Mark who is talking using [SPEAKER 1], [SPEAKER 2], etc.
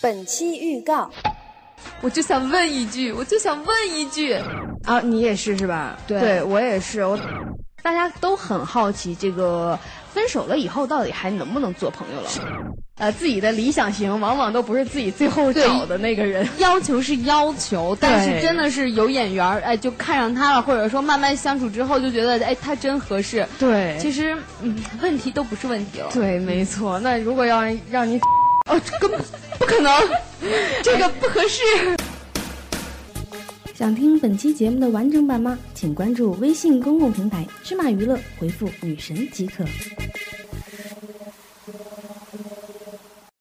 [SPEAKER 1] 本期预告，
[SPEAKER 2] 我就想问一句，我就想问一句，
[SPEAKER 3] 啊，你也是是吧？
[SPEAKER 4] 对
[SPEAKER 3] 我
[SPEAKER 4] 哎
[SPEAKER 3] 也是，我
[SPEAKER 4] 大家都很好奇，这个分手了以后到底还能不能做朋友了？呃，自己的理想型往往都不是自己最后找的那个人。
[SPEAKER 2] 要求是要求，但是
[SPEAKER 3] 对
[SPEAKER 2] 真的是有眼缘儿，哎，就看上他了，或者说慢慢相处之后就觉得，哎，他真合适。
[SPEAKER 3] 对
[SPEAKER 2] 其实，嗯，问题都不是问题了。
[SPEAKER 3] 对，没错。那如果要让你，哦，这根本不可能，这个不合适。
[SPEAKER 5] 想听本期节目的完整版吗？请关注微信公共平台“芝麻娱乐”，回复“女神”即可。